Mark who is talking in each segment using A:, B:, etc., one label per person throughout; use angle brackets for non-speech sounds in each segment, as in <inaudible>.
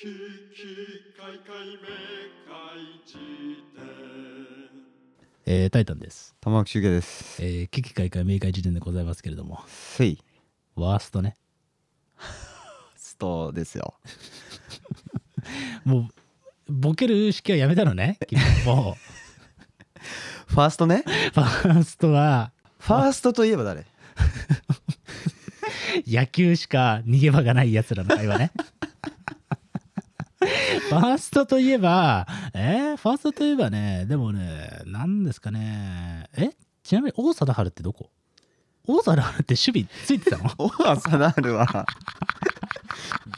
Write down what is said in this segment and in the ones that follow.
A: ききかいかいめかいじ典
B: えータイタンです。
C: 玉木修介です。
B: えー、危機開会明快時点でございますけれども、
C: せい。
B: ワーストね。
C: ストですよ。
B: もう、ボケる式はやめたのね。君も
C: ファーストね。
B: う、ファーストは
C: ファーストといえば <laughs> 誰
B: 野球しか逃げ場がないやつらの会話ね。ファーストといえば、えーファーストといえばね、でもね、何ですかね。えちなみに王貞治ってどこ王貞治って守備ついてたの
C: オーサナールは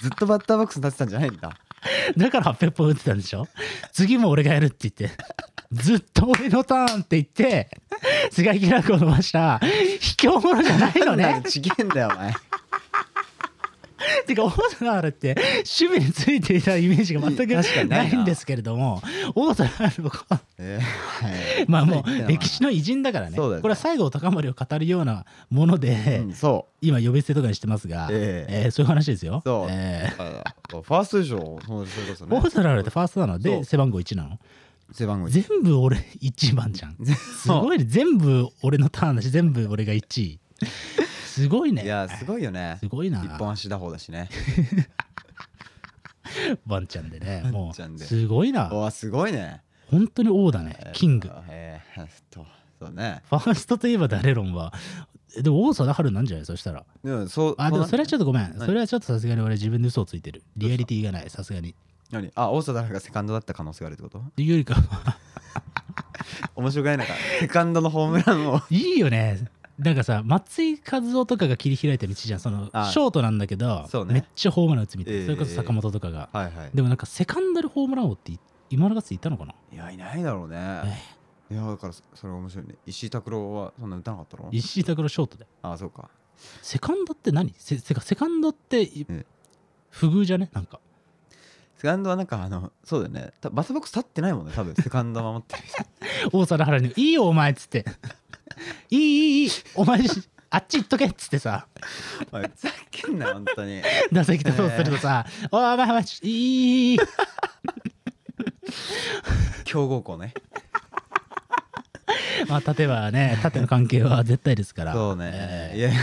C: ずっとバッターボックスに立ってたんじゃないんだ。
B: <laughs> だから800本打ってたんでしょ次も俺がやるって言って。ずっと俺のターンって言って、菅井きらこを伸ばした、卑怯者じゃないの
C: <laughs> な
B: ね
C: ん。かちげえんだよ、お前。
B: てか、王貞治って、守備についていたイメージが全
C: うん確か
B: く
C: にな
B: ない
C: ない
B: んですけれども、王貞治のこう
C: えーはい
B: まあも
C: 言って
B: う
C: たな
B: 歴史の偉人だからね
C: そうだよね
B: これは西郷隆盛を語るようなもので、
C: うんそ
B: 今呼び捨てとかにしてますが、
C: ええ
B: えーそういう話ですよ。
C: そう
B: え
C: う。あファーストでしょ、そうそれこそ
B: ー、王
C: ね。
B: 貞治ってファーストなの
C: そ
B: で
C: う
B: 背番号1なの
C: 背番号一
B: 全部俺1番
C: <laughs>
B: じゃん。すごいね全部俺のターンだし全部俺が1位。すごいね。
C: いや、すごいよね。
B: すごいな
C: 一本足打法だしね。
B: ワンちゃんでね。
C: ワ
B: も
C: ンちゃん
B: う
C: です
B: ごいな。
C: おーすごいね。
B: 本当に王だね。キング。フ
C: えーえーっと、そうね。
B: ァーストといえば誰論は。えでも王貞治なんじゃないそしたら。
C: でも、そう。
B: あ、でもそれはちょっとごめん。
C: 何
B: それはちょっとさすがに俺自分で嘘をついてる。リアリティがない、さすがに。
C: 何あ、オーサナールがセカンドだった可能性があるってこと
B: というよりかは、
C: 面白くないのか。セカンドのホームランを。
B: いいよね。なんかさ、松井和夫とかが切り開いた道じゃん。その、シ
C: あ
B: ョートなんだけど、
C: そうね
B: めっちゃホームラン打つみたいな。
C: ええ
B: それこそ坂本とかが。
C: はいはい。
B: でもなんか、セカンダルホームラン王ってい今のやついたのかない
C: や、いないだろうね。いや、だからそそれ面白いね。石井拓郎はそんな打たなかったの
B: 石井拓郎ショートで。
C: ああ、そうか。
B: セカンドって何せせかセカンドってい
C: うん
B: 不遇じゃねなんか。
C: セカンドはなんかあの、そうだよね。たバッターボックス立ってないもんね、多分。セカンド守ってる人。
B: 大皿原に「いいよお前」っつ
C: <laughs>
B: って「いいいいいいお前しあっち行っとけ」っつってさ
C: お <laughs> いふざけんなよ、本当に。
B: 打席とそうするとさ「おいお前お前ちょいいいいい
C: 強豪校ね。
B: まあ縦はね縦の関係は絶対ですから
C: そう
B: え
C: ね。
B: ー
C: いやいや、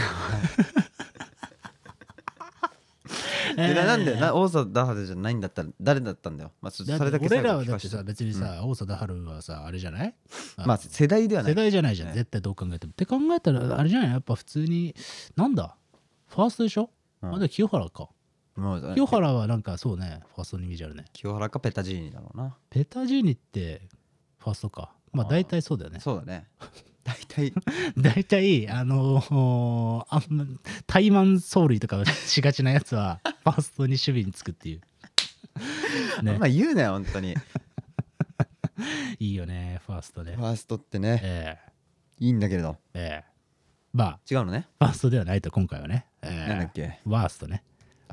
B: えー
C: でななんで、な王さダハゼじゃないんだったら、誰だったんだよ。まあ、そ
B: だ
C: それ
B: っ
C: だ
B: て
C: け
B: 俺
C: 最後
B: らは
C: 聞
B: だ
C: か
B: って
C: せて
B: さ別にさ大貞治はさあれじゃない
C: まあ、世代ではな
B: 世
C: い。
B: 代じゃないじゃん
C: ね
B: 絶対どう考えてもって考えたらあれじゃないやっぱ普通になんだファーストでしょ
C: うん
B: まだ清原か
C: もう
B: 清原はなんかそうねファーストのイメージあるね
C: 清原かペタジーニだろうな。
B: ペタジーニってファーストかまあ
C: あー
B: 大体そうだよね
C: そうだね。大体、
B: 大体あのー、あんま怠慢走塁とかしがちなやつ
C: <laughs>
B: はファーストに守備につくっていうね
C: まあ言うなよ、本当に。フ
B: いいよねファーストで
C: ァーストってね、
B: ええ
C: いいんだけれど。
B: ええまあ
C: 違うのね。
B: ファーストではないと今回はね、ええ
C: なんだっけ
B: ワーストね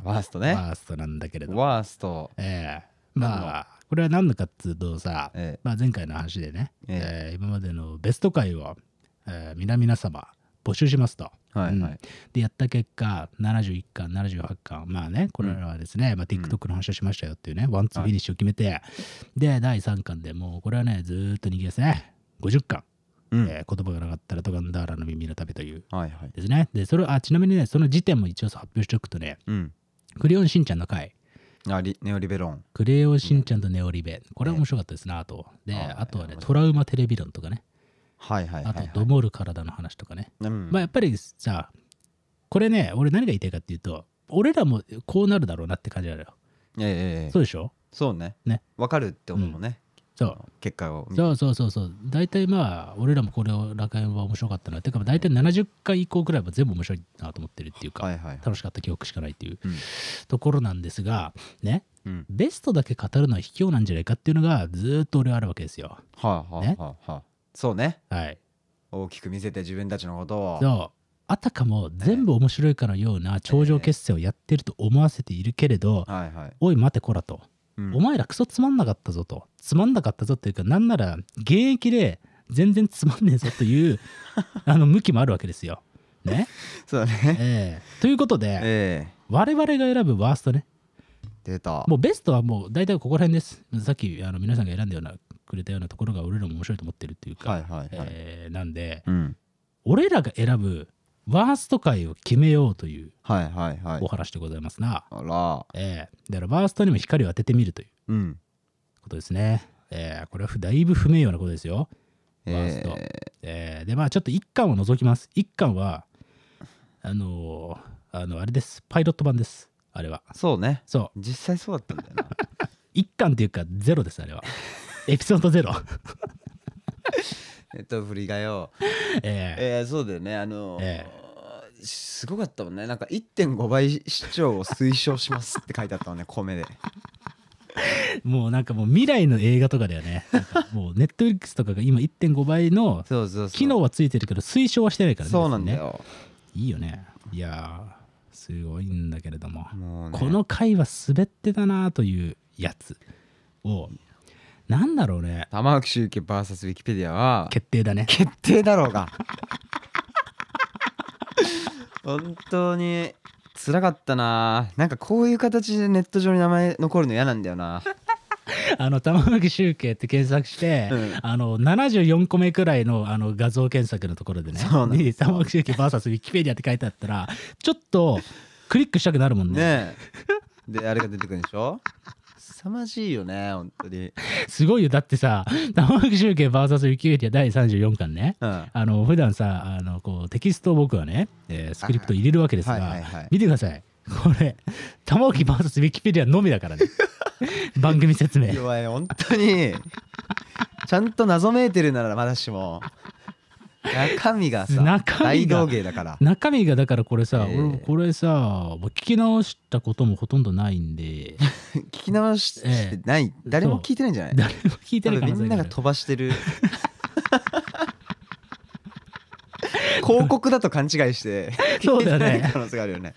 C: ワースト
B: ワ
C: ね。
B: ーストなんだけれども
C: ワースト。
B: ええまあこれは何のかっつうとさ、
C: ええ
B: まあ、前回の話でね、
C: え
B: ええ今までのベスト回を、ええ皆々様募集しますと、
C: はいは
B: うん
C: い。
B: でやった結果71巻78巻まあねこれらはですね、まあ、TikTok の話をしましたよっていうね、ワンツーフィニッシュを決めて、で第3巻でもうこれはねずーっと逃げですね50巻、
C: うん。
B: えー言葉がなかったらトガンダーラの耳の旅という
C: はいはい。
B: ですねでそれあちなみにねその時点も一応発表しておくとね
C: うん。
B: クレヨンしんちゃんの回
C: あリネオリベロン。
B: クレヨンしんちゃんとネオリベこれは面白かったですなあとで
C: はい
B: あとはね
C: 面白い
B: トラウマテレビ論とかね
C: はいはい
B: あ
C: はい、は
B: と
C: い。
B: ドモール体の話とかね
C: うん
B: まあやっぱりさこれね俺何が言いたいかっていうと俺らもこうなるだろうなって感じなのよ、
C: ええええ
B: そうでしょ
C: そうね。
B: ね。
C: わかるって思うもんね。
B: そう
C: 結果を見て。
B: そうそうそうそう大体まあ俺らもこれを楽園は面白かったなてか大体70回以降くらいは全部面白いなと思ってるっていうか、
C: はいはい。
B: 楽しかった記憶しかないっていう
C: うん
B: ところなんですがね
C: うん。
B: ベストだけ語るのは卑怯なんじゃないかっていうのがずーっと俺はあるわけですよ
C: はいはい
B: ね
C: はいはい。そうね。
B: はい
C: 大きく見せて自分たちのことを。
B: そうあたかも全部面白いかのような頂上決戦をやってると思わせているけれど、
C: はいはい。
B: おい待てこらと
C: うん
B: お前らクソつまんなかったぞとつまんなかったぞっていうかなんなら現役で全然つまんねえぞという
C: <laughs>
B: あの向きもあるわけですよ。ね、
C: そうだね。
B: ええということで、
C: <laughs> ええ
B: 我々が選ぶワーストね
C: 出た
B: もうベストはもう大体ここら辺です。さっきあの皆さんが選んだようなくれたようなところが俺らも面白いと思ってるっていうか、
C: はいはいはい、
B: えーなんで
C: うん
B: 俺らが選ぶワースト回を決めようという
C: はいはいはい
B: お話でございますな。
C: あら
B: えーだからワーストにも光を当ててみるという
C: うん
B: ことですね。えーこれはだいぶ不名誉なことですよ。ワースト
C: え
B: えーでまあちょっと1巻を除きます。1巻はあのーあのあれですパイロット版ですあれは。
C: ーそうね
B: そう
C: 実際そうだったんだよな <laughs>
B: 1巻っていうかゼロですあれは。エピソードゼロ。
C: えっと振りがよ
B: えー
C: えー、そうだよねあのー
B: え
C: すごかったもんねなんか1.5倍視聴を推奨しますって書いてあったもんね米で
B: もうなんかもう未来の映画とかだよ
C: <laughs>
B: ね。なんかもうネットフリックスとかが今1.5倍の
C: そうそうそう
B: 機能はついてるけど推奨はしてないからね。
C: そうなんだ
B: 別にね。
C: よ、
B: いいよね。いやーすごいんだけれども、
C: もうね
B: この回は滑ってたなというやつをなんだろうね
C: 玉置周家 VS ウィキペディアは
B: 決定だね。
C: 決定だろうが本当につらかったななんかこういう形でネット上に名前残るの嫌なんだよな
B: あの玉置集計って検索して、
C: うん
B: あの74個目くらいのあの画像検索のところでね
C: そうなんですよ
B: で玉置集計 VS ウィキペディアって書いてあったらちょっとクリックしたくなるもんね。
C: ねえであれが出てくるんでしょ凄まじいよね本当に
B: すごいよだってさ玉置集計 VS ウィキペディア第34巻ね
C: うんは
B: あの普段さあのこうテキストを僕はね、えースクリプト入れるわけ
C: い
B: ですが、
C: はいはい
B: 見てくださいこれ玉置 VS ウィキペディアのみだからね
C: <laughs>
B: 番組説明
C: 弱い本
B: <laughs>
C: 当にちゃんと謎めいてるならまだしも中身がさ
B: 中身が
C: 大道芸だから
B: 中身がだからこれさ、
C: えー
B: 俺これさもう聞き直したこともほとんどないんで
C: 聞き直してない
B: え
C: 誰も聞いてないんじゃない
B: 誰も聞いて
C: 多
B: ない可
C: 分
B: 能性
C: みん
B: が
C: な
B: あ
C: が
B: る
C: 飛ばしてる広告だと勘違いして
B: そう
C: <laughs>
B: だよね
C: 聞いてない可能性があるよね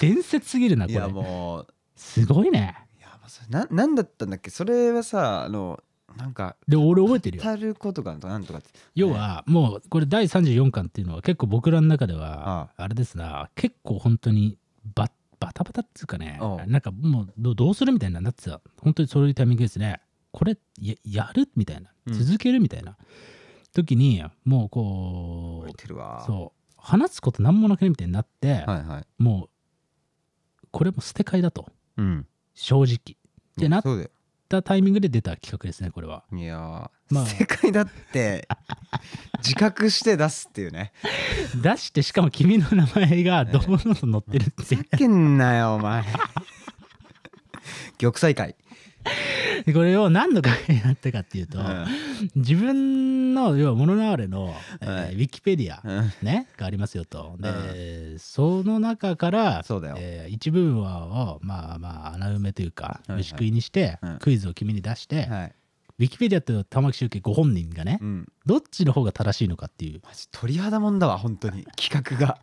B: 伝説すぎるないこれ
C: やもう
B: すごいね
C: いやもうそれななんだったんだっけそれはさあのなんか
B: で俺覚えてるよ
C: 語ることがなんとかって
B: 要はもうこれ第34巻っていうのは結構僕らの中ではあれですな結構本当にババタバタっつうかね
C: うん
B: なんかもうどどうするみたいななってた本当にそういうタイミングですねこれややるみたいな
C: うん
B: 続けるみたいな、時にもうこ
C: 覚え
B: う
C: てるわ
B: そう話すことなんもなくねみたいになって、
C: はいはい
B: もうこれも捨て替えだと
C: うん
B: 正直ってなっ
C: そうだよ
B: たタイミングで出た企画ですねこれは。
C: いやー、
B: まあ
C: 世界だって自覚して出すっていうね
B: 出してしかも君の名前がどんどん載ってる
C: <laughs>
B: っていう
C: ふざけんなよお前玉砕会、
B: でこれを何の回になったかっていうと、
C: う
B: 自分の要は物流れの、えー
C: はい
B: ウィキペディア、
C: んうん
B: ね、がありますよと。で、その中から
C: そうだよ
B: えー一部分はをまあまあ穴埋めというか、
C: いはい
B: 虫食いにして、
C: うん
B: クイズを君に出して、
C: はい
B: ウィキペディアと玉木周家ご本人がね、
C: うん、
B: どっちの方が正しいのかっていう。
C: マジ鳥肌もんだわ本当に企画が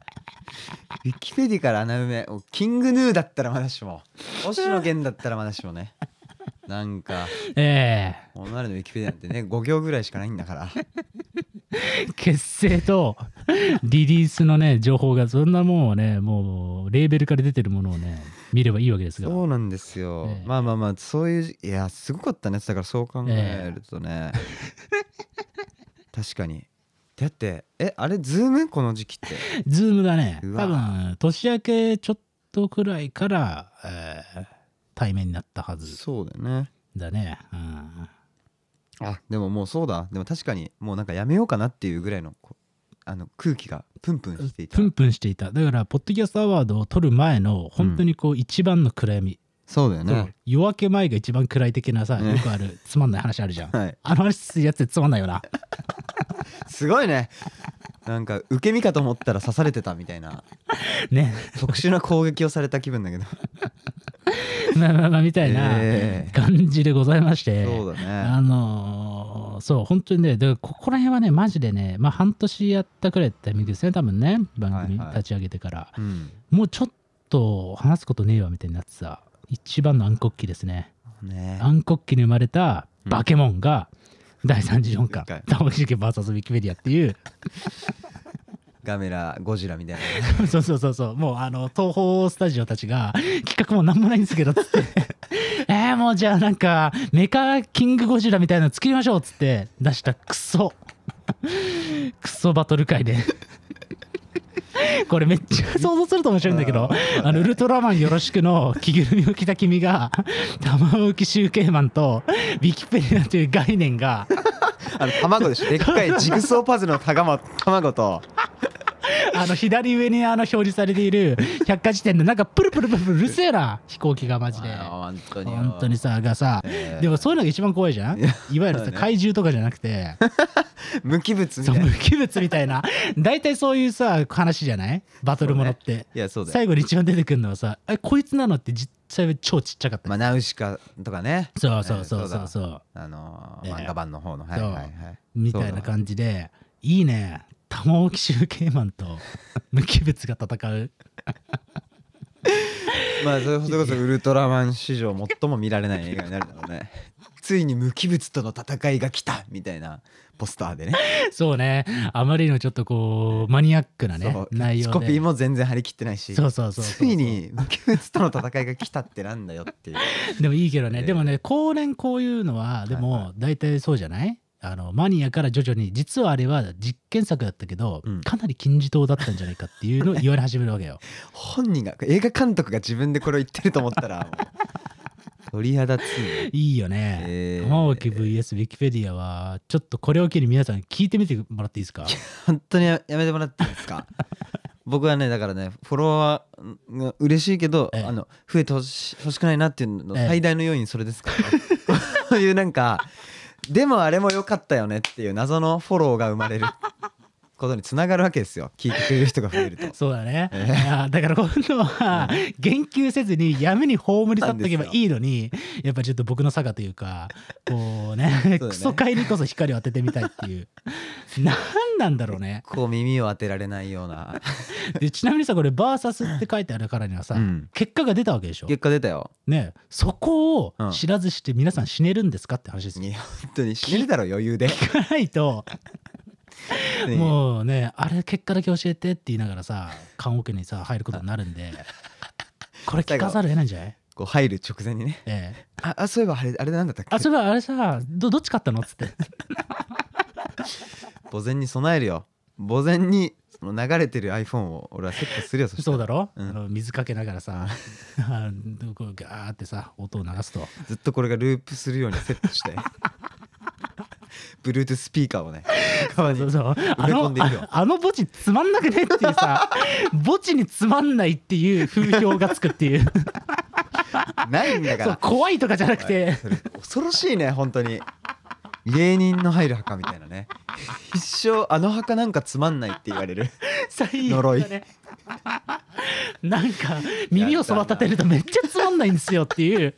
C: ウィキペディから穴埋めおキングヌーだったらまだしも星野源だったらまだしもねなんか
B: え
C: お前らのウィキペディなんてね5行ぐらいしかないんだから
B: ー結成
C: <laughs>
B: とリリースのね情報がそんなもんをねもうレーベルから出てるものをね見ればいいわけですが
C: そうなんですよ、
B: ええ
C: まあまあまあそういういやすごかったねだからそう考えるとね、 <laughs> 確かにだってえあれズームこの時期って
B: ズームだね
C: うわ
B: 多分年明けちょっとくらいから、えー対面になったはず
C: そうだよね
B: だね、うん、
C: あでももうそうだでも確かにもうなんかやめようかなっていうぐらいのこあの空気がプンプンしていた
B: プンプンしていただからポッドキャストアワードを取る前の本当にこう一番の暗闇、
C: そうだよ
B: そう
C: ね
B: 夜明け前が一番暗い的なさよくあるつまんない話あるじゃん
C: はい
B: あの話するやつつまんないよな
C: すごいねなんか受け身かと思ったら刺されてたみたいな
B: ね
C: 特殊な攻撃をされた気分だけ
B: <laughs>
C: ど
B: まあまあまあみたいな
C: ええ
B: 感じでございまして、
C: そうだね
B: あのーそう本当にねだからここら辺はねマジでねまあ半年やったくらいってタイミングですね多分ね番組
C: はいはい
B: 立ち上げてから、
C: うん
B: もうちょっと話すことねえわみたいになってさ一番の暗黒期ですね
C: ね
B: 暗黒期に生まれたバケモンが第34
C: うん
B: 巻「玉置周家 VS ウィキペディア」っていう
C: ガメラゴジラみたい
B: <laughs>
C: な
B: そうそうそうそうもうあの東宝スタジオたちが企画もなんもないんですけどっつって <laughs> えー、もうじゃあなんかメカキングゴジラみたいなの作りましょうっつって出したクソ <laughs> クソバトル界でこれめっちゃ想像すると面白いんだけど「あのウルトラマンよろしく」の着ぐるみを着た君が玉置集計マンとウィキペディアという概念が
C: あの卵でしょでっかいジグソーパズルの卵卵と
B: あの左上にあの表示されている百科事典のなんかプルプルプルプルうるせえな飛行機がマジで
C: あー本当によ
B: 本当にさがさ
C: えー
B: でもそういうのが一番怖いじゃん
C: いや
B: いわゆるさ
C: そうね
B: 怪獣とかじゃなく
C: <laughs>
B: て
C: 無機物みた
B: そう
C: いな
B: 無機物みたいな大体そういうさ話じゃないバトルものって
C: いやそうだよ
B: 最後に一番出てくるのはさえこいつなのって実際は超ちっちゃかった
C: まあナウシカとかね
B: そうそうそう
C: そう
B: そ
C: だ
B: うそう
C: あの
B: ええ
C: ー漫画版の方のはいはいはい
B: みたいな感じでいいね玉置集計マン
C: <laughs>
B: と無機物が戦う
C: じまあそれこそウルトラマン史上最も見られない映画になるだろ
B: <laughs>
C: うねついに無機物との戦いが来たみたいなポスターでね
B: そうねあまりのちょっとこうマニアックなね
C: そう
B: 内
C: ス
B: 容
C: コピ
B: で
C: ーも全然張り切ってないし
B: そうそうそうそう
C: ついに無機物との戦いが来たってなんだよっていう
B: でもいいけどね、
C: ええ
B: でもね後年こういうのはで
C: はいは
B: も大体そうじゃないあのマニアから徐々に実はあれは実験作だったけど、
C: うん
B: かなり金字塔だったんじゃないかっていう
C: <laughs>
B: のを言われ始めるわけよ。
C: 本人が映画監督が自分でこれを言ってると思った
B: <laughs>
C: らもう鳥肌つ
B: い
C: い
B: いよね。
C: ええ
B: 玉置 VS ウィキペディアはちょっとこれを機に皆さん聞いてみてもらっていいですか
C: 本当にややめてもらっていいですか僕はねだからねフォロワーが嬉しいけど、
B: ええ
C: あの増えてほしほしくないなっていうの
B: ええ
C: 最大の要因それですから <laughs> こういうなんかでもあれも良かったよねっていう謎のフォローが生まれることにつながるわけですよ聞いてくれる人が増えると
B: そうだね、
C: ええ
B: いやだから今度は言及せずに闇に葬り去っとけばいいのにやっぱちょっと僕の差がというかこうね
C: そうだね
B: クソ界にこそ光を当ててみたいって
C: <laughs>
B: いう何なんだろうね
C: こう耳を当てられないような、
B: でちなみにさこれ「バーサスって書いてあるからにはさ、
C: うん
B: 結果が出たわけでしょ
C: 結果出たよ
B: ねそこを
C: うん
B: 知らずして皆さん死ねるんですかって話ですよ、
C: いや本当に死ねるだろ余裕で
B: 聞かないともうねあれ結果だけ教えてって言いながらさ棺桶にさ入ることになるん <laughs> でこれ聞かざるを得ないんじゃない
C: こう入る直前にね
B: ええ
C: ああそういえばあれあれなんだったっけ
B: あそういえばあれさ <laughs> どどっち勝ったのっつって
C: 墓前に備えるよ墓前にその流れてる iPhone を俺はセットするよそした
B: そうだ
C: ら
B: ろ、
C: うん
B: あの水かけながらさ <laughs> あのこうガーってさ音を流すと
C: ずっとこれがループするようにセット <laughs> して Bluetooth スピーカーをね側に
B: そうそうあ
C: 埋め込
B: の
C: んでいくよ
B: ああの墓地つまんなくねっていう
C: <laughs>
B: さ墓地につまんないっていう風評がつくっていう
C: ないんだか
B: そう
C: ら
B: 怖いとかじゃなくて
C: それ恐ろしいね本当に芸人の入る墓みたいなね一生あの墓なんかつまんないって言われる
B: 最
C: 呪い
B: だねなんか耳をそば立てるとめっちゃつまんないんですよっていう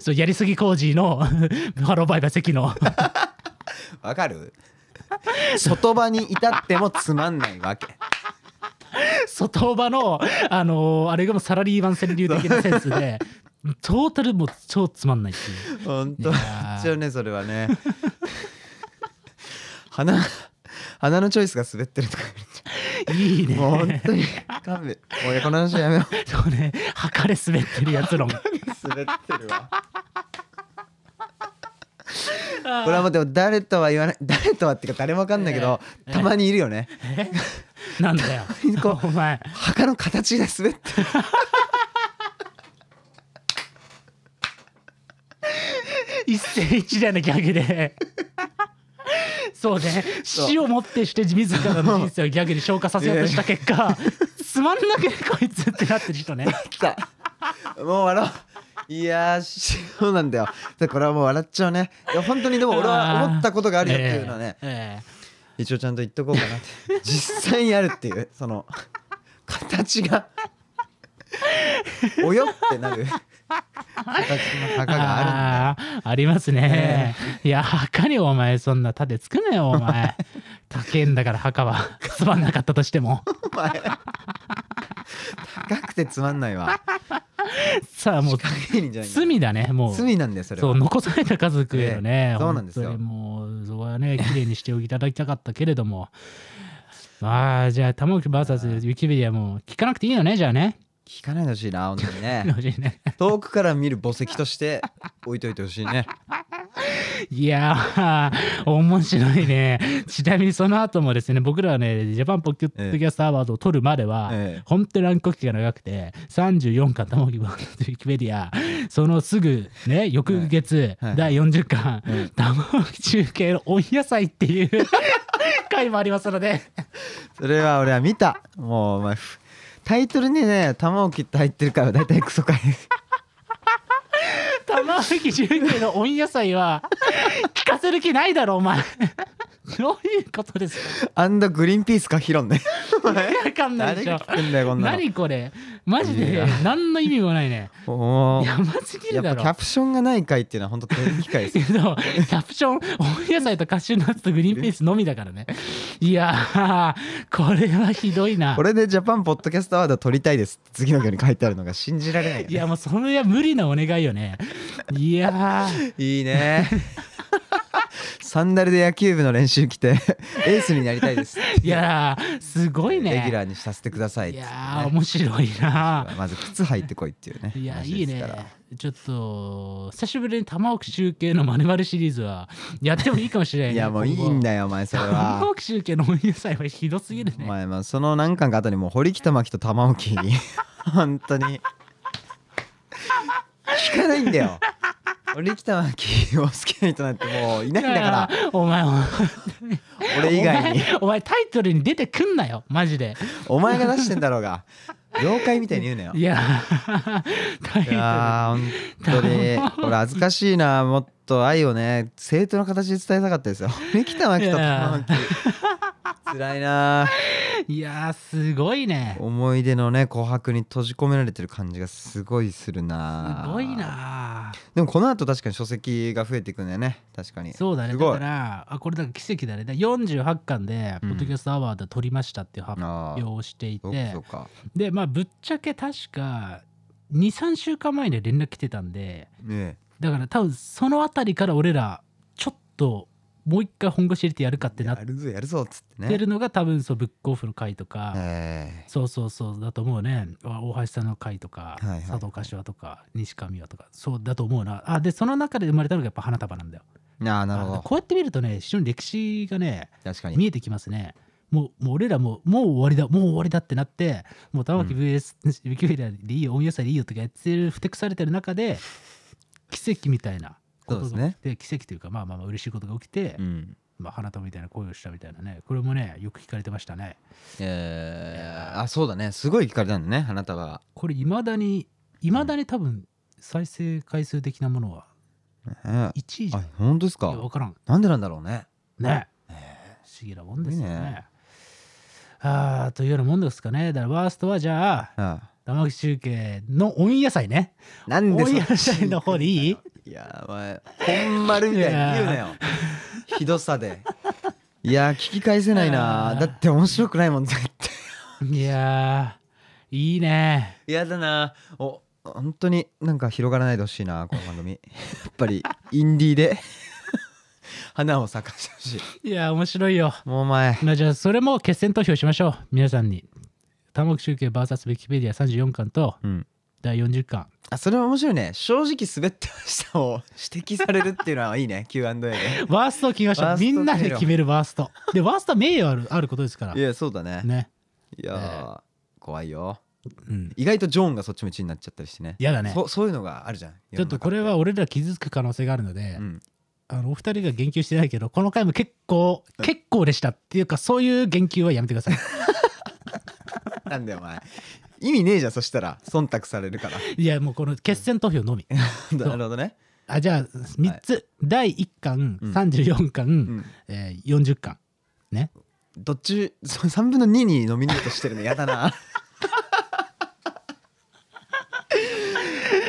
B: そうやりすぎ工事のハローバイバイ席の
C: わか <laughs> る外場に至ってもつまんないわけ
B: 外場の、あのーあれがもうサラリーマン川柳的なセンスでトータルもう超つまんないっていう
C: 本当
B: いやー
C: 一応ねそれはね鼻鼻のチョイスが滑ってるとか
B: いいね
C: もう本当に勘弁もうこの話やめよう
B: そうね測れ滑ってるやつ論
C: 滑ってるわこれはもうでも誰とは言わない誰とはっていうか誰もわかんないけど、
B: ええ
C: たまにいるよね
B: え <laughs> なんだよ
C: <laughs> こう
B: お前
C: 墓の形が滑ってる
B: 一世一代のギャグ
C: <laughs>
B: でそうね
C: そう
B: 死をもってして自らの人生をギャグに消化させようとした結
C: <laughs>
B: 果つまんなくねこいつってなってる人ね
C: きたもう笑おういやーしそうなんだよでこれはもう笑っちゃうねいや本当にでも俺は思ったことがあるよっていうのはね、
B: えええ
C: 一応ちゃんと言っとこうかなって
B: <laughs>
C: 実際にあるっていうその形がおよってなる形の
B: え
C: 墓があるんだ
B: あ
C: よ
B: ーありますね、いや墓にお前そんな盾つくなよお
C: <laughs>
B: 前高えんだから墓はつまんなかったとしても
C: お前高くてつまんないわ
B: さあもう
C: 高いんじゃないんだよ
B: 罪だねもう
C: 罪なんだよそれ
B: そう
C: は
B: 残された家族へのね、
C: ええそうなんですよ
B: <laughs> 本当にもうそこはね綺麗にしておいていただきたかったけれどもああ、じゃあ、玉置 VS ウィキペディアもう聞かなくていいよね、じゃあね。
C: 聞かないでほしいな本当にね
B: <laughs> 欲しいね
C: 遠くから見る墓石として置いといてほしいね
B: いやー、面白い
C: <laughs>
B: ね。ちなみにその後もですね、僕らはね、ジャパンポッドキャストアワードを取るまでは、
C: ええ
B: 本当に乱国期が長くて、34巻、玉置 VS ウィキペディア、そのすぐ、ね、翌月、
C: はいはい
B: 第40巻、
C: ええ
B: 玉置中継の温野菜っていう <laughs> 回もありますので、
C: それは俺は見たもうお前ふタイトルにね玉置って入ってるから大体クソかいです
B: 玉置中継の温野菜は、聞かせる気ないだろ、お前。どういうことですか
C: <laughs> アンドグリーンピースかヒロンねお前
B: わかんないでし
C: 誰が
B: ょ。
C: 聞くんだよこんなの
B: 何これマジ
C: い
B: で
C: や
B: 何の意味もないね。
C: おー
B: やばすぎ
C: や
B: る
C: っ
B: だろ。
C: ぱ
B: <laughs>
C: キャプションがない回っていうのは本当テレビ回です
B: けどキャプション温野菜とカシューナッツとグリーンピースのみだからねいやーこれはひどいな
C: これでジャパンポッドキャストアワード取りたいです次の行に書いてあるのが信じられないよ
B: い
C: ね
B: やもうそれは無理なお願いよねいやー
C: い
B: <laughs>
C: いねサンダルで野球部の練習来てエースになりたいです
B: いやーすごいね
C: レギュラーにさせてくださいっ
B: い
C: つってね
B: やー面白いな
C: まず靴履いてこいっていうね
B: いや
C: 話
B: いい
C: です
B: ね
C: から
B: ちょっと久しぶりに玉置集計のまるまるシリーズはやってもいいかもしれない、ね、
C: いやもういいんだよお前それは
B: 玉置集計の温野菜はひどすぎる
C: お
B: ね
C: 前もその何巻か後にもう堀北真希と玉置
B: <laughs>
C: に本当に聞かないんだよ堀北真希を好きな人なんてもういないんだから
B: いや <laughs> お前は
C: 俺以外に
B: お前お前タイトルに出てくんなよマジで
C: お前が出してんだろうが妖怪みたいに言うなよ
B: いや <laughs> タイ
C: い
B: トル
C: やー本当に俺恥ずかしいなもっと愛をね生徒の形で伝えたかったですよ堀北真希と玉置辛いない
B: やーすごいね
C: 思い出のね琥珀に閉じ込められてる感じがすごいするな
B: すごいな
C: でもこの後確かに書籍が増えていくんだよね確かに
B: そうだね
C: す
B: だ
C: ご
B: か
C: いあ
B: らあこれだから奇跡だねだから48巻で
C: う
B: ポ
C: ん
B: ッドキャストアワード取りましたっていう発
C: あ
B: 表をしていて、
C: そうかそうか
B: でまあぶっちゃけ確か23週間前に連絡来てたんで
C: ね
B: だから多分その辺りから俺らちょっともう一回本腰入れてやるかっ
C: え
B: てな
C: や
B: っ
C: るぞやるぞっつってね
B: てるのが多分そうブックオフの回とか、
C: え
B: そうそうそうだと思うねわ大橋さんの回とか、
C: はいはい
B: 佐藤柏とか西上和とかそうだと思うなあでその中で生まれたのがやっぱ花束なんだよ
C: えああなるほ
B: あ
C: ど
B: こうやって見るとね非常に歴史がね
C: 確かに
B: 見えてきますねもうもう俺らもうもう終わりだもう終わりだってなってもう玉木 VS、ウィキペディアでいいよ温野菜でいいよとかやってるふてくされてる中で奇跡みたいなことが起き
C: そうです
B: て、奇跡というかまあまあまあ嬉しいことが起きて、
C: うん
B: まあ、花束みたいな恋をしたみたいなねこれもねよく聞かれてましたね
C: ええあそうだねすごい聞かれたんだね花束が
B: これいまだにいまだに多分再生回数的なものは
C: ええ
B: 1位じゃ
C: あ
B: んい
C: 本当です
B: や
C: か
B: 分からん
C: なんでなんだろうね
B: ね不思議なもんですよ
C: すごい
B: ね
C: ね
B: ああというようなもんですかねだからワーストはじゃあ
C: あ
B: 玉木集計の温野菜ね
C: あなん
B: 温
C: でそっち
B: 野菜の方でいい
C: いやお前本丸みたいに言うなよひどさでいや聞き返せないなだって面白くないもん絶対
B: いやーいいね
C: やだなお本当になんか広がらないでほしいなこの
B: <laughs>
C: 番組やっぱりインディーで <laughs> 花を咲かしてほしい
B: いやー面白いよ
C: もうお前
B: まあじゃあそれも決選投票しましょう皆さんに玉木集計 VS ウィキペディア34巻と
C: うん
B: 第40巻
C: あそれ面白いね正直滑ってましたを指摘されるっていうのはいいね <laughs> Q&A で
B: ワーストを決めましょ
C: ワ
B: う
C: ースト
B: みんな
C: 決め
B: で
C: ろ
B: 決めるワーストでワーストは名誉あるあることですから <laughs>
C: いやそうだね
B: ね
C: いやー怖いよ
B: うん
C: 意外とジョーンがそっちも1位になっちゃったりしてね
B: やだね
C: そそういうのがあるじゃん
B: ちょっとこれは俺ら傷つく可能性があるので、
C: うん
B: あのお二人が言及してないけどこの回も結構結構でしたっていうかそういう言及はやめてくださ
C: <laughs>
B: い
C: なんだよお前意味ねえじゃんそしたら忖度されるから
B: <laughs> いやもうこの決選投票のみ
C: なるほどね
B: あじゃあ3つ、第1巻
C: うん
B: 34巻、
C: うん
B: えー40巻ね
C: どっち <laughs> そ3分の2にノミネートしてるのやだな
B: <laughs>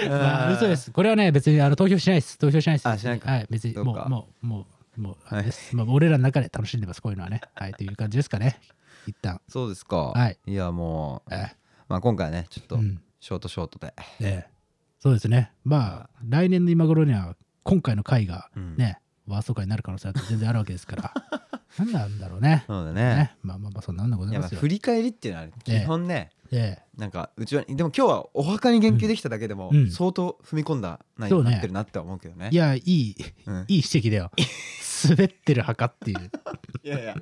B: まあ
C: あー
B: 嘘ですこれはね別にあの投票しないです投票しないです
C: あしないか
B: はい別に
C: そう
B: も
C: か
B: うもうもうもうあ
C: は
B: れ
C: い
B: です、まあ、俺らの中で楽しんでますこういうのはねはいという感じですかね一旦
C: そうですか、
B: はい、
C: やもう、
B: え
C: まあ、今回はねちょっ
B: ー
C: と
B: うん
C: ショートショートで、
B: ええそうですねまあ来年の今頃には今回の回が
C: うん
B: ね、ワースト回になる可能性だって全然あるわけですから何なんだろうね。
C: そうだね
B: ね、まあまあまあそんなんでござい
C: や
B: ま
C: っ
B: す
C: ぱ
B: よ
C: 振。り返りっていうのは
B: ええ
C: 基本ね、
B: え
C: なんかうちはでも今日はお墓に言及できただけでも
B: うん
C: 相当踏み込んだ内容
B: そう
C: に
B: ね
C: なってるなって思うけどね
B: え、いやいい
C: うん
B: いい指摘だよ。滑ってる墓っていう
C: いやいや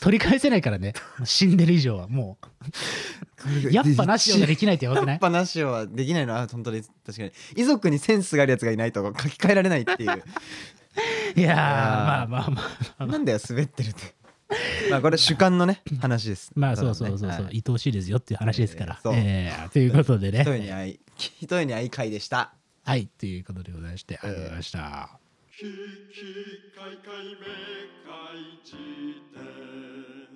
B: 取り返せないからね死んでる以上はもうやっぱなしようができないってやばくな
C: やっ
B: い
C: ぱなしはできないのは本当に確かに遺族にセンスがあるやつがいないと書き換えられないっていう
B: いやーま
C: ぱ
B: あまあまあ
C: なんだよ滑ってるってまあこれ主観のね話です
B: まあそうそうそう
C: た
B: そう、
C: だのね
B: 愛おしいですよっていう話ですから
C: ええ。そう
B: ええということで
C: はい一重に
B: ね。
C: 愛い一重に愛い会でした
B: はい、ということでございまして、ありがとうございました。
A: ひきかいかいめかいじて